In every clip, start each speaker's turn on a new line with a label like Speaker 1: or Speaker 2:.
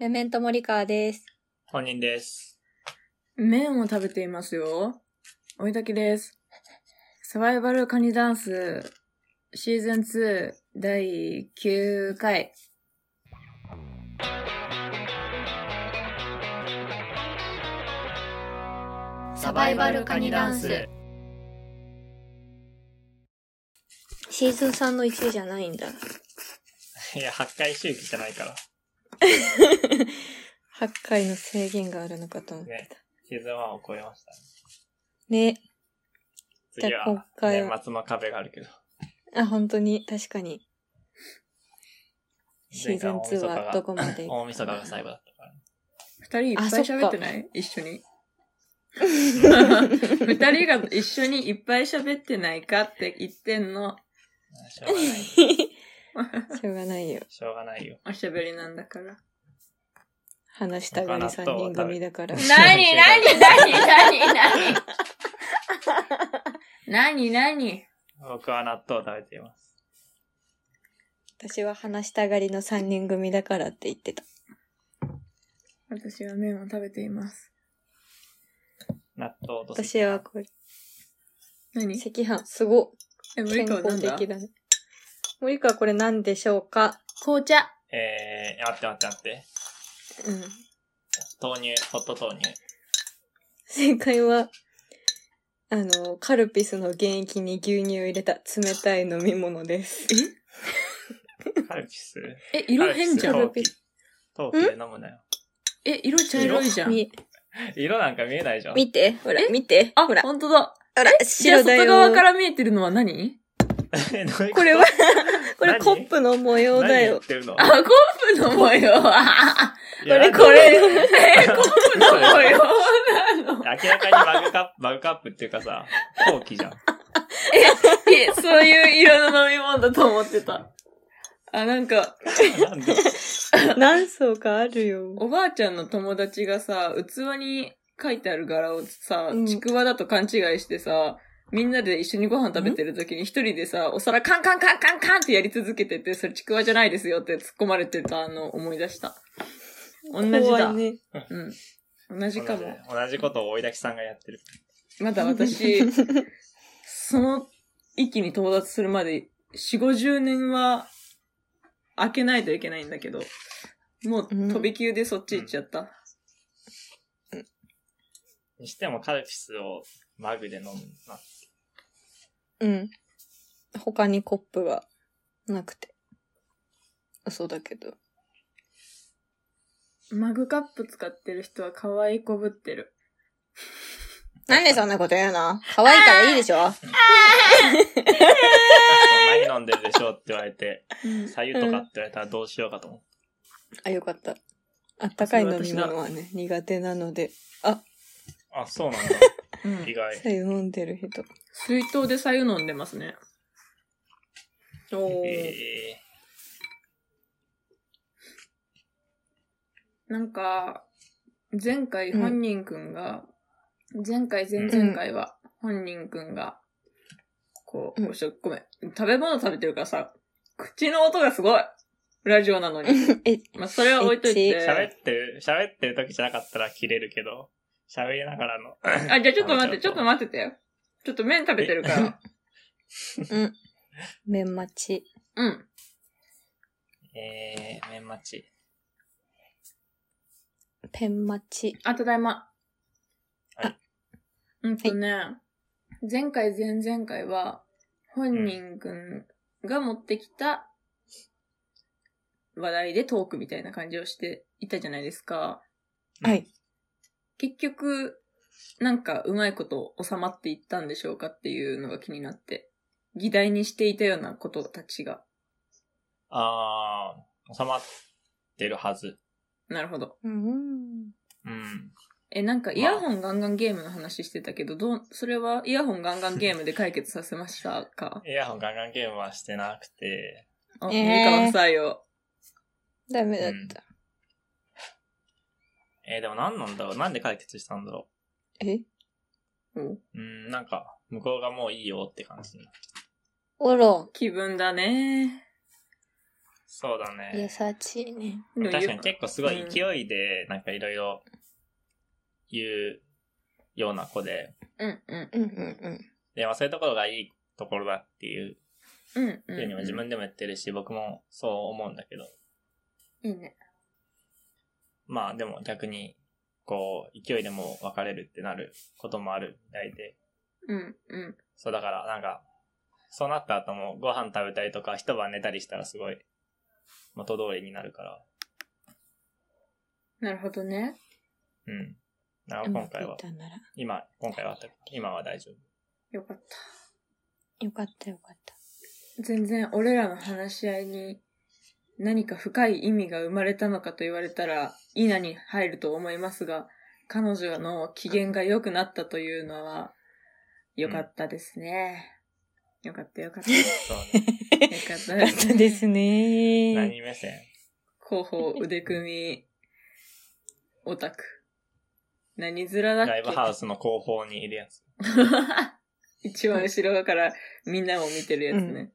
Speaker 1: メメント森川です。
Speaker 2: 本人です。
Speaker 3: 麺を食べていますよ。おいたきです。サバイバルカニダンス、シーズン2第9回。
Speaker 1: サバイバルカニダンス。シーズン3の1じゃないんだ。
Speaker 2: いや、8回周期じゃないから。
Speaker 1: 8回の制限があるのかと思ってた。
Speaker 2: シーズン1を超えました、ね。
Speaker 1: ね。
Speaker 2: 次
Speaker 1: じゃあ
Speaker 2: は
Speaker 1: 今、回は
Speaker 2: 年末の壁があるけど。
Speaker 1: あ、本当に、確かに。シーズン
Speaker 2: 前
Speaker 1: 2
Speaker 2: 回
Speaker 1: はどこま で
Speaker 2: 大晦日が大晦日が最後だったから、ね。
Speaker 3: 二人いっぱい
Speaker 1: あそっか
Speaker 3: 喋ってない一緒に。二人が一緒にいっぱい喋ってないかって言ってんの。
Speaker 2: しょう がない。し
Speaker 1: しょうがないよ。
Speaker 2: ょうがないよ。
Speaker 3: おしゃべりなんだから。
Speaker 1: 話したがり3人組だから。
Speaker 3: なになになになになになに
Speaker 2: 僕は納豆を食べています。
Speaker 1: 私は話したがりの3人組だからって言ってた。
Speaker 3: 私は麺を食べています。
Speaker 2: 納豆と
Speaker 1: 私はこれ、
Speaker 3: 何
Speaker 1: 赤飯、すご
Speaker 3: え、
Speaker 1: っ。
Speaker 3: 森
Speaker 1: 健
Speaker 3: 川なん
Speaker 1: 康
Speaker 3: だ
Speaker 1: 的だね。森川これ何でしょうか
Speaker 3: 紅茶。
Speaker 2: えー、待って待って待って。
Speaker 1: うん。
Speaker 2: 豆乳、ホット豆乳。
Speaker 1: 正解は、あの、カルピスの原液に牛乳を入れた冷たい飲み物です。
Speaker 2: カルピス。
Speaker 3: え、色変じゃん
Speaker 2: カ。ルピス陶器陶器で飲むなよ。
Speaker 3: え、色茶色いじゃん。
Speaker 1: み
Speaker 2: 色なんか見えないじゃん。
Speaker 1: 見て、ほら、見て。
Speaker 3: あ、
Speaker 1: ほら、
Speaker 3: ほんとだ。
Speaker 1: ほら、
Speaker 3: じゃあ
Speaker 1: 白だよ。
Speaker 3: 外側から見えてるのは何
Speaker 2: えどういうと
Speaker 1: こ れは、これ
Speaker 2: 何
Speaker 1: コップの模様だ
Speaker 2: 何言っ
Speaker 1: よ。
Speaker 2: てるの
Speaker 3: あ、コップの模 様。あ
Speaker 2: いや
Speaker 1: これ
Speaker 2: なんか
Speaker 1: これ
Speaker 3: え、コップの模様なの。
Speaker 2: 明らかにマグカップ、マ グカップっていうかさ、陶器じ ゃん。
Speaker 3: え、そう いう色の飲み物だと思ってた。あ、なんか、
Speaker 2: なんで
Speaker 1: 何層かあるよ。
Speaker 3: おばあちゃんの友達がさ、器に書いてある柄をさ
Speaker 1: うん、
Speaker 3: ちくわだと勘違いしてさ、みんなで一緒にご飯食べてる時に一人でさ、お皿カンカンカンカンカンってやり続けてて、それちくわじゃないですよって突っ込まれてたのを思い出した。同じ
Speaker 1: 怖
Speaker 3: だ。
Speaker 1: いね。
Speaker 3: うん。同じかも。
Speaker 2: 同じことを大滝さんがやってる。
Speaker 3: まだ私、 その域に到達するまで、4、50年は、開けないといけないんだけど、もう、
Speaker 1: うん
Speaker 3: 飛び級でそっち行っちゃった。
Speaker 2: にしてもカルピスをマグで飲むな。
Speaker 1: うん。他にコップがなくて。そうだけど。
Speaker 3: マグカップ使ってる人は可愛いこぶってる。
Speaker 1: なんでそんなこと言うの可愛いからいいでしょ
Speaker 2: 何飲んでるでしょうって言われて、左右とかって言われたらどうしようかと思って。
Speaker 1: あ、よかった。あったかい飲み物はね、苦手なので、
Speaker 2: あ、そうなんだ。
Speaker 3: うん
Speaker 2: 意外。
Speaker 1: 左右飲んでる 人。
Speaker 3: 水筒で左右飲んでますね。おー。
Speaker 2: え
Speaker 3: なんか、前回
Speaker 1: うん
Speaker 3: 本人くんが、前回前々回は本人くんが、こ
Speaker 1: うん
Speaker 3: う、おしょ、ごめん、食べ物食べてるからさ、口の音がすごいラジオなのに。
Speaker 1: え、
Speaker 3: まあ、それは置いとい
Speaker 1: え
Speaker 2: ー喋
Speaker 3: て。
Speaker 2: ってる、喋ってる時じゃなかったら切れるけど、喋りながらの。
Speaker 3: あ、じゃあちょっと待って、
Speaker 2: あ
Speaker 3: ちょっと待ってて。ちょっと麺食べてる から。
Speaker 1: うん。麺待ち。
Speaker 3: うん。
Speaker 2: えー、麺待ち。
Speaker 1: ペン待ち。
Speaker 3: あ、ただいま。
Speaker 2: はい
Speaker 1: あ
Speaker 3: うんとね、前回前々回は、本人くんが持ってきた話題でトークみたいな感じをしていたじゃないですか。
Speaker 1: はい。
Speaker 3: 結局、なんかうまいこと収まっていったんでしょうかっていうのが気になって、議題にしていたようなことたちが。
Speaker 2: あー、収まってるはず。
Speaker 3: なるほど。
Speaker 1: うん。
Speaker 2: うん。
Speaker 3: え、なんかイヤホンガンガンゲームの話してたけど、どう、それはイヤホンガンガンゲームで解決させましたか
Speaker 2: イヤホンガンガンゲームはしてなくて、
Speaker 3: あ、
Speaker 1: えー
Speaker 3: 森川夫妻を。
Speaker 1: ダメだった。
Speaker 2: えー、でも何なんだろうなんで解決したんだろ
Speaker 1: え
Speaker 3: うん
Speaker 2: ううん、なんか、向こうがもういいよって感じになっ
Speaker 1: おら。
Speaker 3: 気分だね。
Speaker 2: そうだね
Speaker 1: 優。しいね。
Speaker 3: の
Speaker 2: 確か
Speaker 3: 言
Speaker 2: に
Speaker 3: う
Speaker 2: 結構すごい勢いで、なんかいろいろ言うような子で、
Speaker 3: うんうん
Speaker 1: うんうん
Speaker 2: で、まあそういうところがいいところだっていう
Speaker 3: うんうん。
Speaker 2: ふうにも自分でも言ってるし、僕もそう思うんだけど、
Speaker 3: いいね。
Speaker 2: まあでも逆に、こう、勢いでもう別れるってなることもあるみたいで、
Speaker 3: うんうん。
Speaker 2: そうだからなんか、そうなった後もご飯食べたりとか一晩寝たりしたらすごい元通りになるから、
Speaker 3: なるほどね。
Speaker 2: うん。な
Speaker 1: うん。
Speaker 2: んか今回
Speaker 1: うま
Speaker 2: は
Speaker 1: くい、ったんなら。
Speaker 2: 今、今回はあったけど今は 大丈夫。
Speaker 3: よかった。
Speaker 1: よかったよかった。
Speaker 3: 全然俺らの話し合いに何か深い意味が生まれたのかと言われたら、いいなに入ると思いますが、彼女の機嫌が良くなったというのは、良かったですね。良かった良かった。良
Speaker 2: そうね。
Speaker 3: かった
Speaker 1: よかったですね。
Speaker 2: 何目線
Speaker 3: 広報腕組みオタク。何面だっけ
Speaker 2: ライブハウスの後方にいるやつ。
Speaker 3: 一番後ろ側からみんなも見てるやつね。
Speaker 1: うん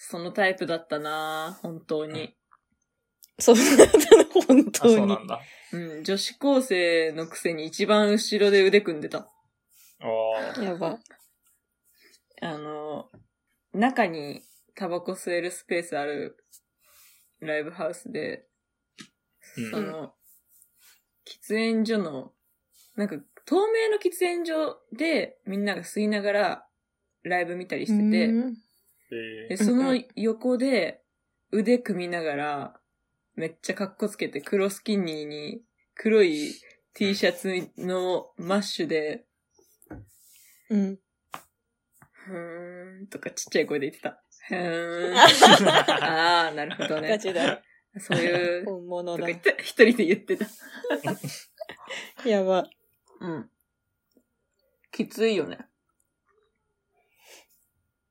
Speaker 3: そのタイプだったなぁ本当に。
Speaker 1: そうだったの、本
Speaker 2: あ、そ
Speaker 1: 当
Speaker 2: う
Speaker 1: に
Speaker 2: な。んだ。
Speaker 3: うん、女子高生のくせに一番後ろで腕組んでた。
Speaker 2: おー。
Speaker 1: やば。
Speaker 3: あの、中にタバコ吸えるスペースあるライブハウスで、
Speaker 2: うん
Speaker 3: その、喫煙所の、なんか、透明の喫煙所でみんなが吸いながらライブ見たりしてて、
Speaker 1: うん
Speaker 2: え
Speaker 3: で、
Speaker 2: ー
Speaker 3: その横で腕組みながら、めっちゃかっこつけて黒スキニーに黒い T シャツのマッシュで、
Speaker 1: うん。
Speaker 3: ふーんとかちっちゃい声で言ってた。ふーん。 ああ、なるほど
Speaker 1: ガ
Speaker 3: ね。
Speaker 1: チ だ。
Speaker 3: そういう、
Speaker 1: 本物
Speaker 3: と
Speaker 1: だ
Speaker 3: か。言って、一人で言ってた。
Speaker 1: やば。
Speaker 3: うん。きついよね。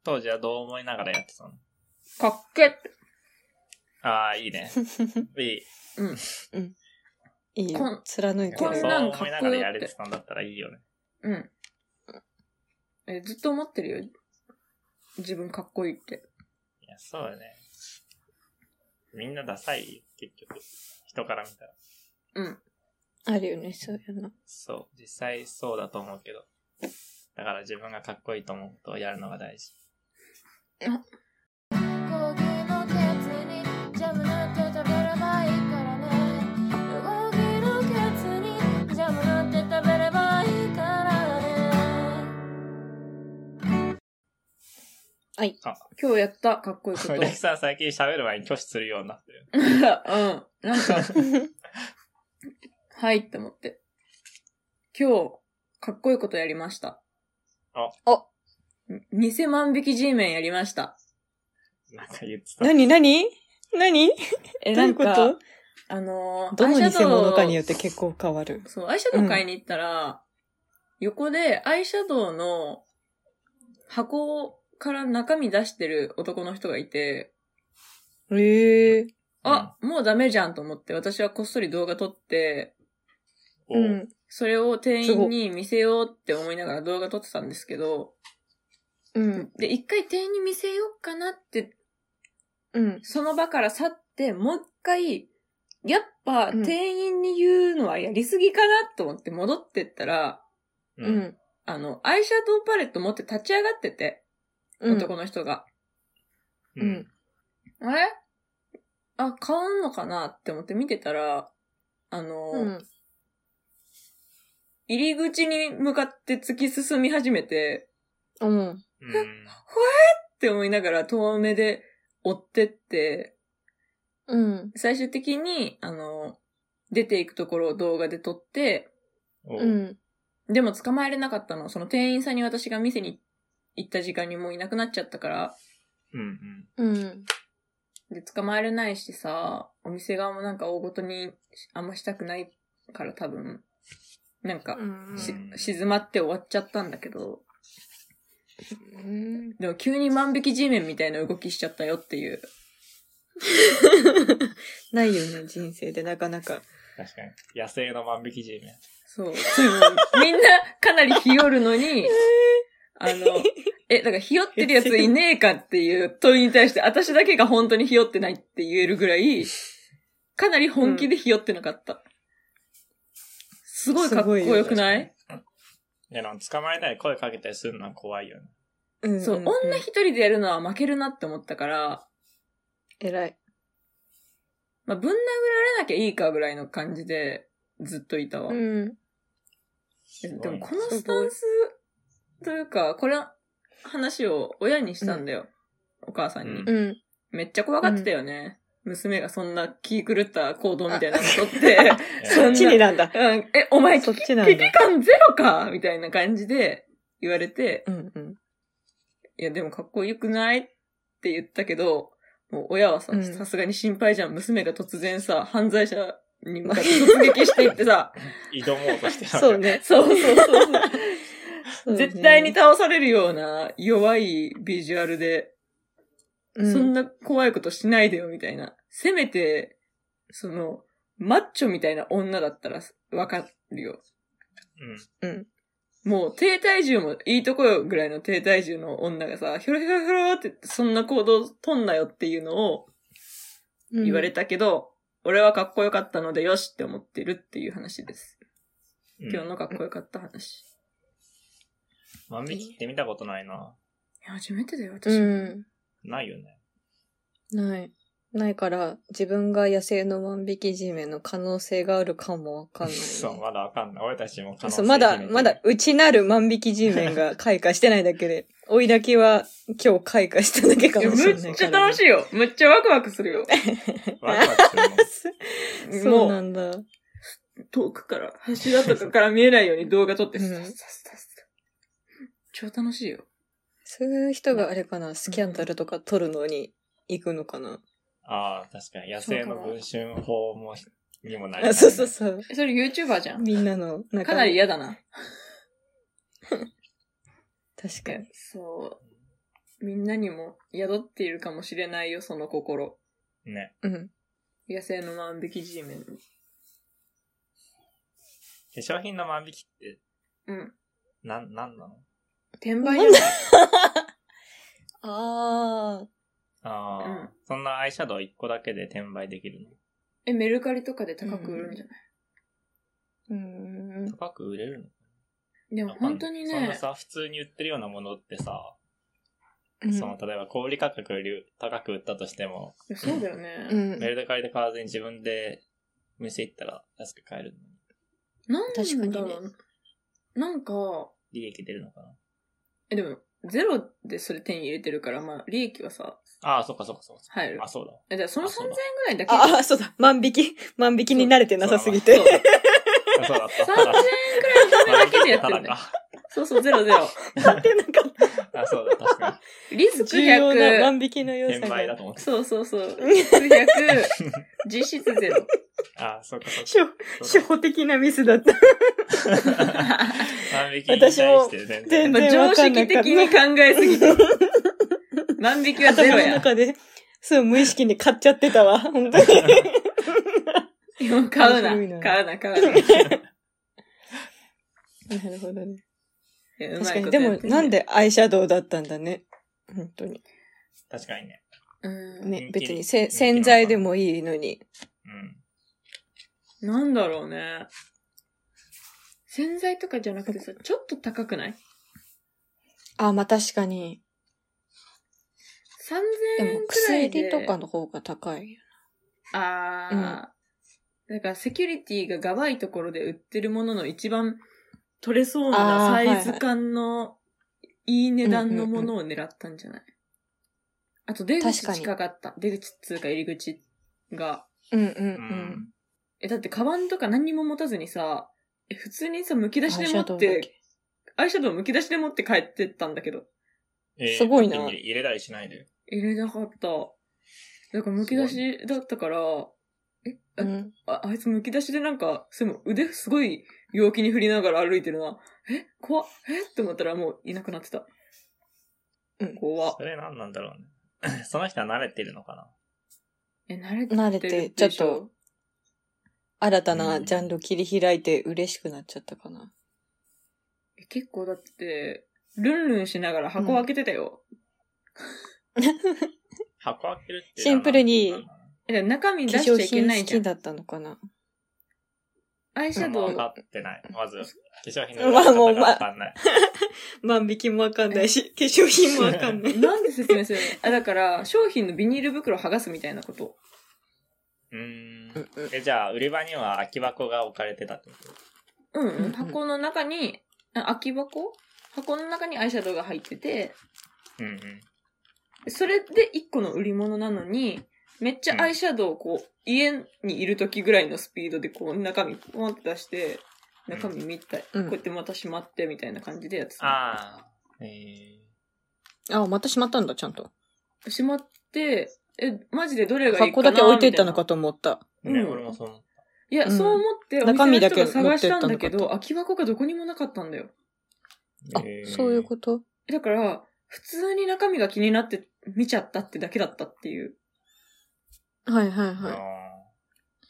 Speaker 2: 当時はどう思いながらやってたの
Speaker 3: かっけって
Speaker 2: ああ、いい ね。いい。
Speaker 1: いい
Speaker 3: こん
Speaker 1: よ。貫いて
Speaker 2: そ
Speaker 3: こ
Speaker 2: うん
Speaker 1: る
Speaker 3: な
Speaker 1: よ。
Speaker 3: ん
Speaker 2: 思
Speaker 3: かっこよくて
Speaker 2: いながらやれてたんだったらいいよね。
Speaker 3: うん。え、ずっと思ってるよ。自分かっこいいって。
Speaker 2: いや、そうだね。みんなダサいよ、結局。人から見たら。
Speaker 3: うん。
Speaker 1: あるよね、そういうの。
Speaker 2: そう。実際そうだと思うけど。だから自分がかっこいいと思うことをやるのが大事。
Speaker 4: 講義のケツにジャムなんて食べればいいからね講義のケツにジャムなんて食べればいいからね
Speaker 3: 今日やった、かっこいいこと。
Speaker 2: レキさん最近喋る前に拒否するようになってる。
Speaker 3: うん。なんか、はいって思って。今日、かっこいいことやりました。
Speaker 2: あ
Speaker 1: あ
Speaker 3: に2000万匹 G メンやりました。
Speaker 2: なんか言ってた。
Speaker 1: なになになに
Speaker 3: え、
Speaker 1: ど
Speaker 3: な
Speaker 1: うい
Speaker 3: ん
Speaker 1: うこ
Speaker 3: か、
Speaker 1: と
Speaker 3: あのー、
Speaker 1: どの
Speaker 3: アイシ
Speaker 1: 偽
Speaker 3: ャドウ
Speaker 1: 物かによって結構変わる。
Speaker 3: そう、アイシャドウ買いに行ったら、横でアイシャドウの箱から中身出してる男の人がいて、
Speaker 1: ええ。
Speaker 3: あ、もうダメじゃんと思って、私はこっそり動画撮って、
Speaker 2: お
Speaker 1: う。
Speaker 2: うん
Speaker 3: それを店員に見せようって思いながら動画撮ってたんですけど、
Speaker 1: うん。
Speaker 3: で、一回店員に見せようかなって、
Speaker 1: うん。
Speaker 3: その場から去って、もう一回、やっぱ
Speaker 1: うん
Speaker 3: 店員に言うのはやりすぎかなと思って戻ってったら、
Speaker 1: う。ん。
Speaker 3: あの、アイシャドウパレット持って立ち上がってて、
Speaker 1: うん
Speaker 3: 男の人が。
Speaker 1: う
Speaker 2: うんん。
Speaker 3: あれあ、買うのかなって思って見てたら、あの、
Speaker 1: うん。
Speaker 3: 入り口に向かって突き進み始めて、
Speaker 1: うん。
Speaker 2: うん。
Speaker 3: って思いながら遠目で追ってって、
Speaker 1: うん。
Speaker 3: 最終的に、あの、出ていくところを動画で撮って、
Speaker 2: お
Speaker 1: う。
Speaker 2: うん
Speaker 3: でも捕まえれなかったの。その店員さんに私が店に行った時間にもういなくなっちゃったから、
Speaker 2: うん。
Speaker 1: うん。
Speaker 3: で、捕まえれないしさ、お店側もなんか大ごとにあんましたくないから多分、なんか、し
Speaker 2: うん
Speaker 3: 静まって終わっちゃったんだけど、
Speaker 1: うん。
Speaker 3: でも急に万引き G メンみたいな動きしちゃったよっていう。
Speaker 1: ないよね、人生でなかなか。
Speaker 2: 確かに。野生の万引き G メン。
Speaker 3: そう。でもみんなかなり日和るのに、あの、え、なんかひよってるやついねえかっていう問いに対して、私だけが本当にひよってないって言えるぐらい、かなり本気でひよってなかった。すごいかっこよくない
Speaker 2: で、なんか捕まえたり声かけたりするのは怖いよね。
Speaker 1: うん
Speaker 3: そう、女一人でやるのは負けるなって思ったから、
Speaker 1: 偉い。
Speaker 3: まあ、ぶん殴られなきゃいいかぐらいの感じで、ずっといたわ。
Speaker 1: うん。
Speaker 3: です
Speaker 2: ご
Speaker 3: でも
Speaker 2: いな
Speaker 3: このスタンスというか、これ話を親にしたんだよ。お母さんに、
Speaker 2: うん
Speaker 1: うん。
Speaker 3: めっちゃ怖がってたよね。娘がそんな気狂った行動みたいなのとって、
Speaker 2: えー
Speaker 1: そっちになんだ。
Speaker 3: うん、え、お前
Speaker 1: そ
Speaker 3: 危
Speaker 1: っ
Speaker 3: 機
Speaker 1: ちなん
Speaker 3: 危機
Speaker 1: だ。
Speaker 3: 感ゼロかみたいな感じで言われて、
Speaker 1: うんうん。
Speaker 3: いやでもかっこよくないって言ったけど、もう親はさ
Speaker 1: う、ん
Speaker 3: さすがに心配じゃん。娘が突然さ、犯罪者に向かって突撃していってさ、
Speaker 2: 挑もうとして る
Speaker 1: そうね。
Speaker 3: そうそうそうそう。
Speaker 1: そうね
Speaker 3: 絶対に、倒されるような弱いビジュアルで、
Speaker 1: うん、
Speaker 3: そんな怖いことしないでよみたいな。せめて、その、マッチョみたいな女だったらわかるよ。
Speaker 2: うん。
Speaker 3: もう低体重もいいとこよぐらいの低体重の女がさ、ひょろひょろひょろってそんな行動とんなよっていうのを
Speaker 1: うん
Speaker 3: 言われたけど、俺はかっこよかったのでよしって思ってるっていう話です。
Speaker 2: うん
Speaker 3: 今日のかっこよかった話。
Speaker 2: 万引きって見たことないな。
Speaker 3: いや、初めてだよ、私。
Speaker 1: うん。
Speaker 2: ないよね。
Speaker 1: ない。ないから、自分が野生の万引き姫の可能性があるかもわかんないね、
Speaker 2: そう、まだわかんない。俺たちも可能性
Speaker 1: そう、まだ
Speaker 2: 秘、めてる
Speaker 1: まだ、、内なる万引き G メンが開花してないだけで、 追いだきは今日開花しただけか
Speaker 3: いや
Speaker 1: もし
Speaker 3: む
Speaker 1: れない
Speaker 3: っち
Speaker 1: か
Speaker 3: ゃ
Speaker 1: らね、
Speaker 3: 楽しいよ。むっちゃワクワクするよ。
Speaker 2: ワクワクするも
Speaker 1: そ
Speaker 2: ん
Speaker 1: うな
Speaker 3: も
Speaker 1: んだ。
Speaker 3: う、遠くから、柱とかから見えないように動画撮って、
Speaker 1: うん
Speaker 3: スタスタスタスタ超楽しいよ。
Speaker 1: そういう人があれかな、スキャンダルとか撮るのに行くのかな。
Speaker 2: ああ、確かに。野生の文春法も、にもなりたい
Speaker 1: あ、そうそうそう。
Speaker 3: それ YouTuber じゃん。
Speaker 1: みんなの中
Speaker 3: かなり嫌だな。
Speaker 1: 確かに。
Speaker 3: そう。みんなにも宿っているかもしれないよ、その心。
Speaker 2: ね。
Speaker 1: うん。
Speaker 3: 野生の万引き G メン。
Speaker 2: 化粧品の万引きって、
Speaker 3: うん。
Speaker 2: なん、なんなの
Speaker 3: 転売じゃない
Speaker 1: ああ。
Speaker 2: ああ、
Speaker 3: うん
Speaker 2: そんなアイシャドウ1個だけで転売できる
Speaker 3: え、メルカリとかで高く売るんじゃない、
Speaker 1: うん
Speaker 2: の。高く売れるの
Speaker 3: でも本当に
Speaker 2: そんな
Speaker 3: ね、
Speaker 2: さ、普通に売ってるようなものってさ、
Speaker 1: うん
Speaker 2: その、例えば小売価格より高く売ったとしても、
Speaker 3: いやそうだよ
Speaker 1: う
Speaker 3: ね。
Speaker 1: ん
Speaker 2: メ。ルカリで買わずに自分で店行ったら安く買えるのに
Speaker 3: なんだ
Speaker 1: 確か
Speaker 3: ろ
Speaker 1: にね
Speaker 3: う。なんか、
Speaker 2: 利益出るのかな
Speaker 3: え、でも、ゼロでそれ手に入れてるから、まあ、利益はさ、
Speaker 2: ああ、そっかそっかそっか。
Speaker 3: 入る
Speaker 2: あ、。そうだ。
Speaker 3: え、だからその
Speaker 2: あ
Speaker 3: 3000
Speaker 2: そ
Speaker 3: 円
Speaker 2: う
Speaker 3: ぐ
Speaker 2: だ
Speaker 3: らいだけ。
Speaker 1: ああ、そうだ。万引き。 万引きに慣れてなさすぎて
Speaker 3: そう。だ
Speaker 2: あそうだっ た。
Speaker 3: 3000円くらいのためだけでやってる
Speaker 2: た
Speaker 3: ね
Speaker 2: だ。
Speaker 3: そうそう、ゼロゼロ。
Speaker 1: 買ってな かっ
Speaker 2: か。あ、そうだ、確か
Speaker 3: リス
Speaker 1: た。
Speaker 3: ク
Speaker 1: 重要な
Speaker 3: 100。
Speaker 1: 万引きの要
Speaker 2: に。
Speaker 1: 素
Speaker 2: 転売だ
Speaker 1: が。
Speaker 2: と思って。
Speaker 3: そうそうそう。リスク100。実質 ゼロ。
Speaker 2: あ、そうかそうか。
Speaker 1: 初初歩的なミスだった。
Speaker 2: 万引きに対して全然。
Speaker 1: 全然
Speaker 3: まあ常識的に考えすぎて。万引きはゼロ
Speaker 1: 頭の
Speaker 3: や。
Speaker 1: 中で、そう、無意識に買っちゃってたわ。本当に。
Speaker 3: 買
Speaker 1: 面
Speaker 3: う
Speaker 1: 白いな
Speaker 3: な。買うな、買うな。
Speaker 1: なるほどね。
Speaker 3: いやう
Speaker 1: 確
Speaker 3: ま
Speaker 1: か
Speaker 3: い
Speaker 1: に。
Speaker 3: こ
Speaker 1: で
Speaker 3: とや
Speaker 1: も
Speaker 3: っ、てるね
Speaker 1: なんでアイシャドウだったんだね。本当に。
Speaker 2: 確かにね。
Speaker 3: うん。
Speaker 1: ね
Speaker 2: 人、気
Speaker 1: 別にせ
Speaker 2: 人気なのかな
Speaker 1: 洗剤でもいいのに。
Speaker 2: うん。
Speaker 3: なんだろうね。洗剤とかじゃなくてさ、ちょっと高くない
Speaker 1: あ、まあ確かに。でも
Speaker 3: ?3000 円くらいで。
Speaker 1: 薬とかの方が高いよ。
Speaker 3: ああ、だからセキュリティががばいところで売ってるものの一番取れそうな
Speaker 1: あー
Speaker 3: サイズ感のいい値段のものを狙ったんじゃない、あと出
Speaker 1: 確か
Speaker 3: 口
Speaker 1: に
Speaker 3: 近かった。出口っつうか入り口が。
Speaker 1: うんうんう。
Speaker 2: うんん。
Speaker 3: え、だってカバンとか何にも持たずにさ、え普通にさ、剥き出し
Speaker 1: アイ
Speaker 3: で
Speaker 1: シ
Speaker 3: 持
Speaker 1: ャド
Speaker 3: っ
Speaker 1: ウだけ
Speaker 3: て、アイシャドウ剥き出しで持って帰ってったんだけど。
Speaker 2: えー
Speaker 1: すごいな
Speaker 2: 一気に入れたりしないで。
Speaker 3: 入れなかった。だから剥き出しだったから、え、あ
Speaker 1: うん。
Speaker 3: ああいつむき出しでなんか、それも腕すごい陽気に振りながら歩いてるな。え怖っえって思ったらもういなくなってた。
Speaker 1: うん
Speaker 3: 怖っ
Speaker 2: それ何なんだろうね。 その人は慣れてるのかな
Speaker 3: え、慣れて
Speaker 1: 慣れて、ちょっと、新たな
Speaker 2: うん
Speaker 1: ジャンルを切り開いて嬉しくなっちゃったかな。
Speaker 3: え結構だって、ルンルンしながら箱を開けてたよ。
Speaker 2: 箱開けるって。
Speaker 1: シンプルに
Speaker 2: なんだろ
Speaker 3: えだから中身
Speaker 1: 化
Speaker 3: 出し
Speaker 1: 粧
Speaker 3: ちゃいけ
Speaker 1: 品
Speaker 3: ない
Speaker 1: 好
Speaker 3: じゃ
Speaker 1: き
Speaker 3: ん。
Speaker 1: だったのかな。
Speaker 3: アイシャ
Speaker 2: うな。
Speaker 3: ドウ
Speaker 2: 分、かってない。まず、化粧品の
Speaker 1: うわもう
Speaker 2: 分かんない。
Speaker 1: 万引きもわかんないし、化粧品もわかんない。
Speaker 3: なんで説明するのあ、だから、商品のビニール袋剥がすみたいなこと。
Speaker 2: うー ん。え、じゃあ、売り場には空き箱が置かれてたってこと
Speaker 3: うん、
Speaker 1: うんうん
Speaker 3: 箱の中に、あ空き箱箱の中にアイシャドウが入ってて、
Speaker 2: うんうん。
Speaker 3: それで一個の売り物なのに、めっちゃアイシャドウをこう、家にいる時ぐらいのスピードでこう、中身ポンって出して、中身見たい。
Speaker 1: うん
Speaker 3: こうやってまたしまってみたいな感じでやってた。
Speaker 2: ああ。え
Speaker 1: あ、またしまったんだ、ちゃんと。
Speaker 3: しまって、え、マジでどれがいいか
Speaker 1: 箱
Speaker 3: な
Speaker 1: だけ置いてったの
Speaker 3: みたいな
Speaker 1: かと思った。
Speaker 2: ー。ね、
Speaker 3: うん
Speaker 2: 俺もそう思っ
Speaker 3: いや、
Speaker 1: うん
Speaker 3: そう思って、お
Speaker 1: 中
Speaker 3: 店の
Speaker 1: 身だ
Speaker 3: 人
Speaker 1: け
Speaker 3: が探したんだけ
Speaker 1: 持
Speaker 3: ど、
Speaker 1: って
Speaker 3: 空き箱がどこにもなかったんだよ。
Speaker 2: た。
Speaker 1: あ、そういう
Speaker 2: と。
Speaker 1: こと
Speaker 3: だから、普通に中身が気になって見ちゃったってだけだったっていう。
Speaker 1: はいはい
Speaker 2: あ
Speaker 1: はい。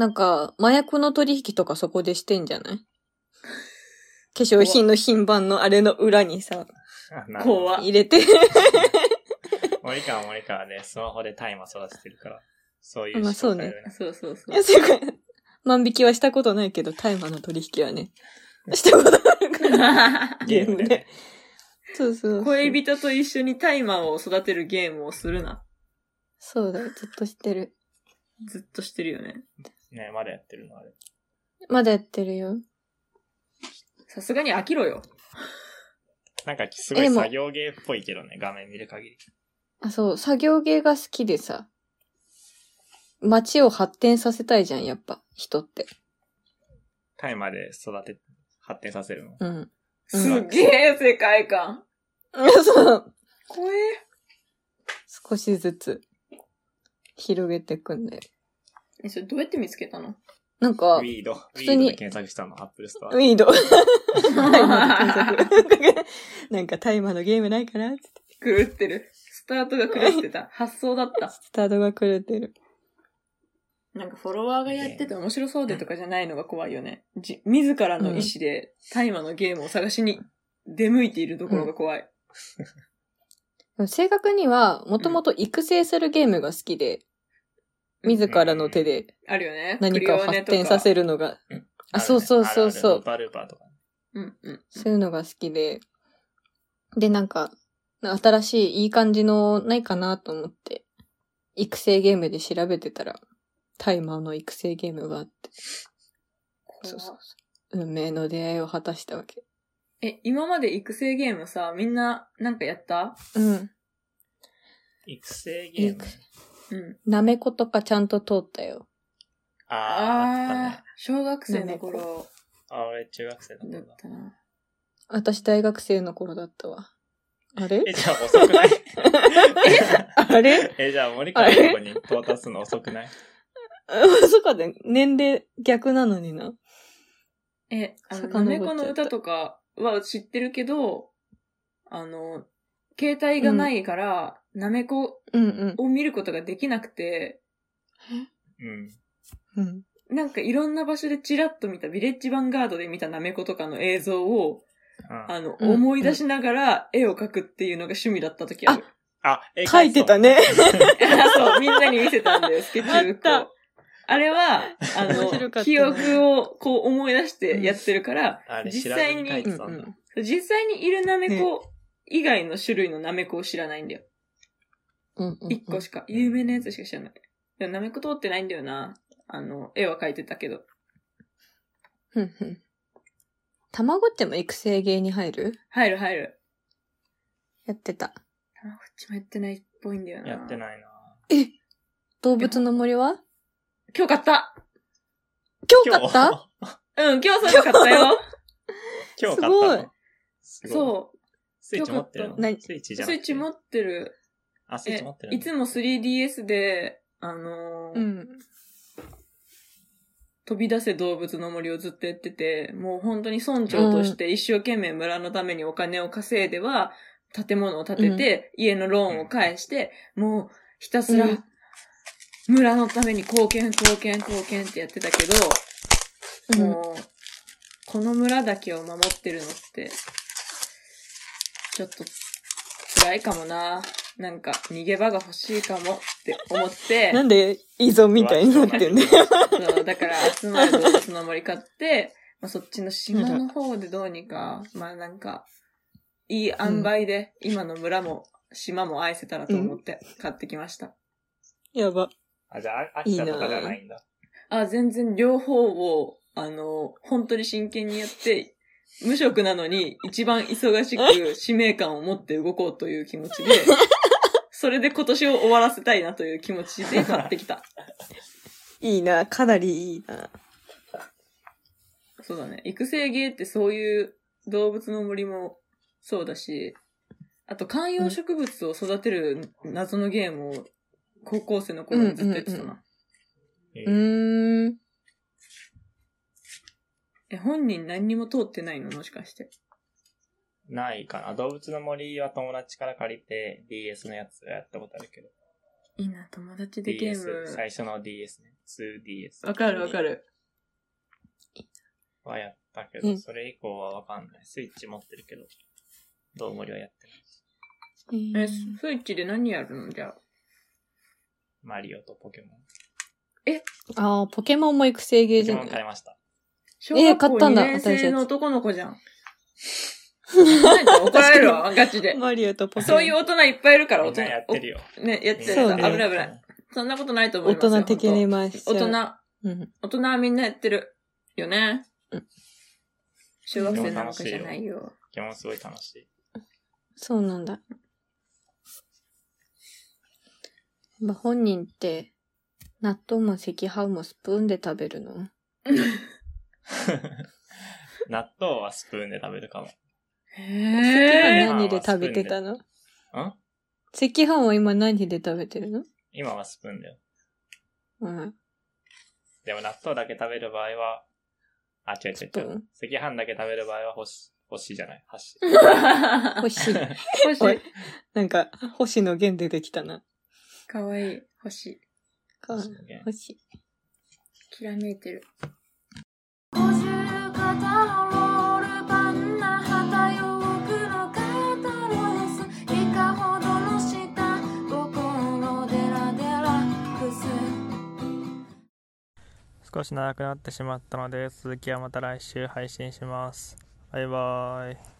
Speaker 1: なんか、麻薬の取引とかそこでしてんじゃない 化粧品の品番のあれの裏にさ、
Speaker 2: ーなるほど
Speaker 3: 怖っ
Speaker 1: 入れ て。
Speaker 2: 森川は森川はね、スマホでタイマー育ててるから、そういう
Speaker 1: まあそうね
Speaker 2: 紹介だよ
Speaker 3: そうそうそ
Speaker 1: いや
Speaker 3: う。
Speaker 1: すごい万引きはしたことないけど、大麻の取引はね、したことあるから。
Speaker 2: ゲームでね。
Speaker 1: そうそうそう。
Speaker 3: 恋人と一緒にタイマーを育てるゲームをするな。
Speaker 1: そうだよ、ずっとしてる。
Speaker 3: ずっとしてるよね。
Speaker 2: ね、まだやってるのあれ。
Speaker 1: まだやってるよ。
Speaker 3: さすがに飽きろよ。
Speaker 2: なんかすごい
Speaker 1: えでも
Speaker 2: 作業ゲーっぽいけどね、画面見る限り。
Speaker 1: あ、そう、作業芸が好きでさ、街を発展させたいじゃん、やっぱ、人って。
Speaker 2: タイマーで育て、発展させるの。
Speaker 1: うん。 うん
Speaker 3: すっげえ世界観。
Speaker 1: そう。
Speaker 3: 怖え。
Speaker 1: 少しずつ、広げていくんだよ。
Speaker 3: え、それどうやって見つけた の
Speaker 1: なんか
Speaker 2: ウ、ィード。ウ
Speaker 1: 普通
Speaker 2: ィード
Speaker 1: に
Speaker 2: で検索したの、アップルストア
Speaker 1: ウ。ィ ード。タイマーで
Speaker 3: 狂
Speaker 1: 検索なんか、タイマーのゲームないかなって、
Speaker 3: ってる。スタートが狂って た。発想だった。
Speaker 1: スタートが狂ってる。
Speaker 3: なんかフォロワーがやってて面白そうでとかじゃないのが怖いよね。じ、自らの意志で大麻のゲームを探しに出向いているところが怖い。
Speaker 1: 正確には、もともと育成するゲームが好きで、自らの手で
Speaker 3: あるよね。
Speaker 1: 何かを
Speaker 3: クリオネ
Speaker 1: 発
Speaker 3: と
Speaker 1: 展させるのが
Speaker 2: うん、
Speaker 1: あ、そうそうそうそ
Speaker 2: あ
Speaker 1: う
Speaker 2: るあるド、ーパルーパーとか。
Speaker 3: うんうん。
Speaker 1: そういうのが好きで、で、なんか、新しいいい感じのないかなと思って、育成ゲームで調べてたら、タイマーの育成ゲームがあって、そうそうそう。運命の出会いを果たしたわけ。
Speaker 3: え、今まで育成ゲームさ、みんななんかやった
Speaker 1: うん。
Speaker 2: 育成ゲーム
Speaker 1: 育。
Speaker 3: うん。
Speaker 1: なめことかちゃんと通ったよ。
Speaker 2: あー、あったね。
Speaker 3: 小学生の頃
Speaker 2: あ、俺中学生だ
Speaker 3: だ
Speaker 2: っ
Speaker 3: った
Speaker 2: な。
Speaker 3: たな。
Speaker 1: 私大学生の頃だったわ。あれ
Speaker 2: え、じゃあ遅く ない
Speaker 1: あれ
Speaker 2: え、じゃあ森川のとこに到達するの遅くない
Speaker 1: うんそっかで、年齢逆なのにな。
Speaker 3: え、あの、
Speaker 1: 遡
Speaker 3: な
Speaker 1: っ
Speaker 3: め
Speaker 1: ちゃ
Speaker 3: こ
Speaker 1: った
Speaker 3: の歌とかは知ってるけど、あの、携帯がないから、なめこ
Speaker 1: うんうん。
Speaker 3: を見ることができなくて、
Speaker 2: うん。
Speaker 1: うん。
Speaker 3: なんかいろんな場所でチラッと見た、ビレッジヴァンガードで見たなめことかの映像を、
Speaker 2: あ
Speaker 3: あの、
Speaker 1: うん
Speaker 3: 思い出しながら絵を描くっていうのが趣味だった時ある。
Speaker 2: あ、絵
Speaker 1: 書いてたね。
Speaker 3: そう、みんなに見せたんだよ、スケッチブッ ク
Speaker 1: あっ
Speaker 3: を。あれは、あ
Speaker 1: 面白か
Speaker 3: の、
Speaker 1: ったね
Speaker 3: 記憶をこう思い出してやってるから、
Speaker 2: あれ、知
Speaker 3: 実
Speaker 2: らず
Speaker 3: 際
Speaker 2: に書い
Speaker 3: に
Speaker 1: う
Speaker 2: て
Speaker 1: ん
Speaker 2: た
Speaker 1: うん
Speaker 2: だ。
Speaker 1: ん。
Speaker 3: 実際にいるナメコ以外の種類のナメコを知らないんだよ。
Speaker 1: うんうん。
Speaker 3: 一個しか、有名なやつしか知らない。でもナメコ通ってないんだよな。あの、絵は描いてたけど。
Speaker 1: ふんふん。たまごっちも育成芸に入る
Speaker 3: 入る入る。
Speaker 1: やってた。
Speaker 3: あこっちもやってないっぽいんだよな。
Speaker 2: やってないな。
Speaker 1: 動物の森は
Speaker 3: 今日買った
Speaker 1: 今日買った
Speaker 3: うん、今日それ買ったよ。
Speaker 2: 今日買ったの。すう。
Speaker 3: そ
Speaker 2: スイッチ持ってるの
Speaker 1: 何
Speaker 2: スイッチ
Speaker 3: う。
Speaker 2: じゃ
Speaker 3: スイッチ持
Speaker 2: って。
Speaker 3: ってる。
Speaker 2: あ、スイッ
Speaker 3: え
Speaker 2: チ持って、る
Speaker 3: い
Speaker 2: の。
Speaker 3: つも 3DS で、あのー
Speaker 1: うん。
Speaker 3: 飛び出せ動物の森をずっとやってて、もう本当に村長として一生懸命村のためにお金を稼いでは、建物を建てて、家のローンを返して、もうひたすら
Speaker 1: うん
Speaker 3: 村のために貢献、貢献、貢献ってやってたけど、
Speaker 1: うん
Speaker 3: もう、この村だけを守ってるのって、ちょっと辛いかもな。なんか逃げ場が欲しいかもって思って、
Speaker 1: なんで依存みたいになってんね。
Speaker 3: そう、だから集まる動物の森買って、まあ、そっちの島の方でどうにか、まあなんか、いい塩梅で、今の村も島も愛せたらと思って買ってきました。
Speaker 1: やば。
Speaker 2: あ、じゃあ、あ秋田とかじゃないんだ。
Speaker 3: あ、全然両方を、あの、本当に真剣にやって、無職なのに一番忙しく使命感を持って動こうという気持ちで、それで今年を終わらせたいなという気持ちで買ってきた。
Speaker 1: いいな、かなりいいな。
Speaker 3: そうだね。育成芸ってそういう動物の森もそうだし、あと観葉植物を育てる謎のゲームを高校生の頃にずっとやってたな。
Speaker 1: うんうん
Speaker 2: え
Speaker 1: うーん。
Speaker 3: え、本人何にも通ってないのもしかして。
Speaker 2: ないかな。動物の森は友達から借りて、DS のやつやったことあるけど。
Speaker 3: いいな、友達でゲー
Speaker 2: DS、最
Speaker 3: ム。
Speaker 2: 初の DS ね。2DS。
Speaker 3: わかるわか。る。
Speaker 2: はやったけ
Speaker 1: う
Speaker 2: ど、
Speaker 1: ん
Speaker 2: それ以降はわかんない。スイッチ持ってるけど、どうもりはやってない。
Speaker 3: え、ススイッチで何やるのじゃあ。
Speaker 2: マリオとポケモン。
Speaker 1: ああ、ポケモンも育成ゲー
Speaker 2: ポ
Speaker 1: じ
Speaker 2: ケ
Speaker 1: ゃ
Speaker 2: モ
Speaker 1: な
Speaker 2: ン買い
Speaker 1: い
Speaker 2: ました。
Speaker 3: 小学校
Speaker 1: 買った
Speaker 3: 2
Speaker 1: んだ
Speaker 3: 年生の
Speaker 1: 私
Speaker 3: 男の子じゃん。なんか怒られる わ、ガチで。
Speaker 1: マリオとポケモン。
Speaker 3: そういう大人いっぱいいるから、
Speaker 2: み
Speaker 3: 大
Speaker 2: ん
Speaker 3: 人。
Speaker 2: なやってるよ。
Speaker 3: おね、やってる。
Speaker 1: そう
Speaker 3: 危
Speaker 1: ね
Speaker 3: ない危ない。。そんなことないと思い
Speaker 1: 大
Speaker 3: ますよ。
Speaker 1: 人的に回しちゃう。
Speaker 3: 本当大人、
Speaker 1: うん。
Speaker 3: 大人はみんなやってる。よね
Speaker 1: うん。
Speaker 3: 小学生なんかじゃないよ。
Speaker 2: ポケモンすごい楽しい。
Speaker 1: そうなんだ。まあ、本人って、納豆も赤飯もスプーンで食べるの
Speaker 2: 納豆はスプーンで食べるかも。
Speaker 1: 赤
Speaker 3: へ
Speaker 1: 飯
Speaker 3: ー
Speaker 1: 何で食べてたの
Speaker 2: ん
Speaker 1: 赤飯は今何で食べてるの
Speaker 2: 今はスプーンだよ。
Speaker 1: うん。
Speaker 2: でも納豆だけ食べる場合は、あ、違う違
Speaker 1: ス
Speaker 2: う
Speaker 1: プ
Speaker 2: 違
Speaker 1: ー
Speaker 2: う。赤飯だけ食べる場合は星、星じゃない。箸。
Speaker 1: 星。お
Speaker 3: 星
Speaker 1: い。なんか、星の弦出てきたな。
Speaker 3: かわいい。星。
Speaker 1: か
Speaker 2: 星の弦
Speaker 1: 星。
Speaker 3: きらめいてる。
Speaker 4: 五十肩を折るパンナ旗よくのカタロエスいかほどの下心デラデラくす
Speaker 2: 少し長くなってしまったので、続きはまた来週配信します。バイバーイ。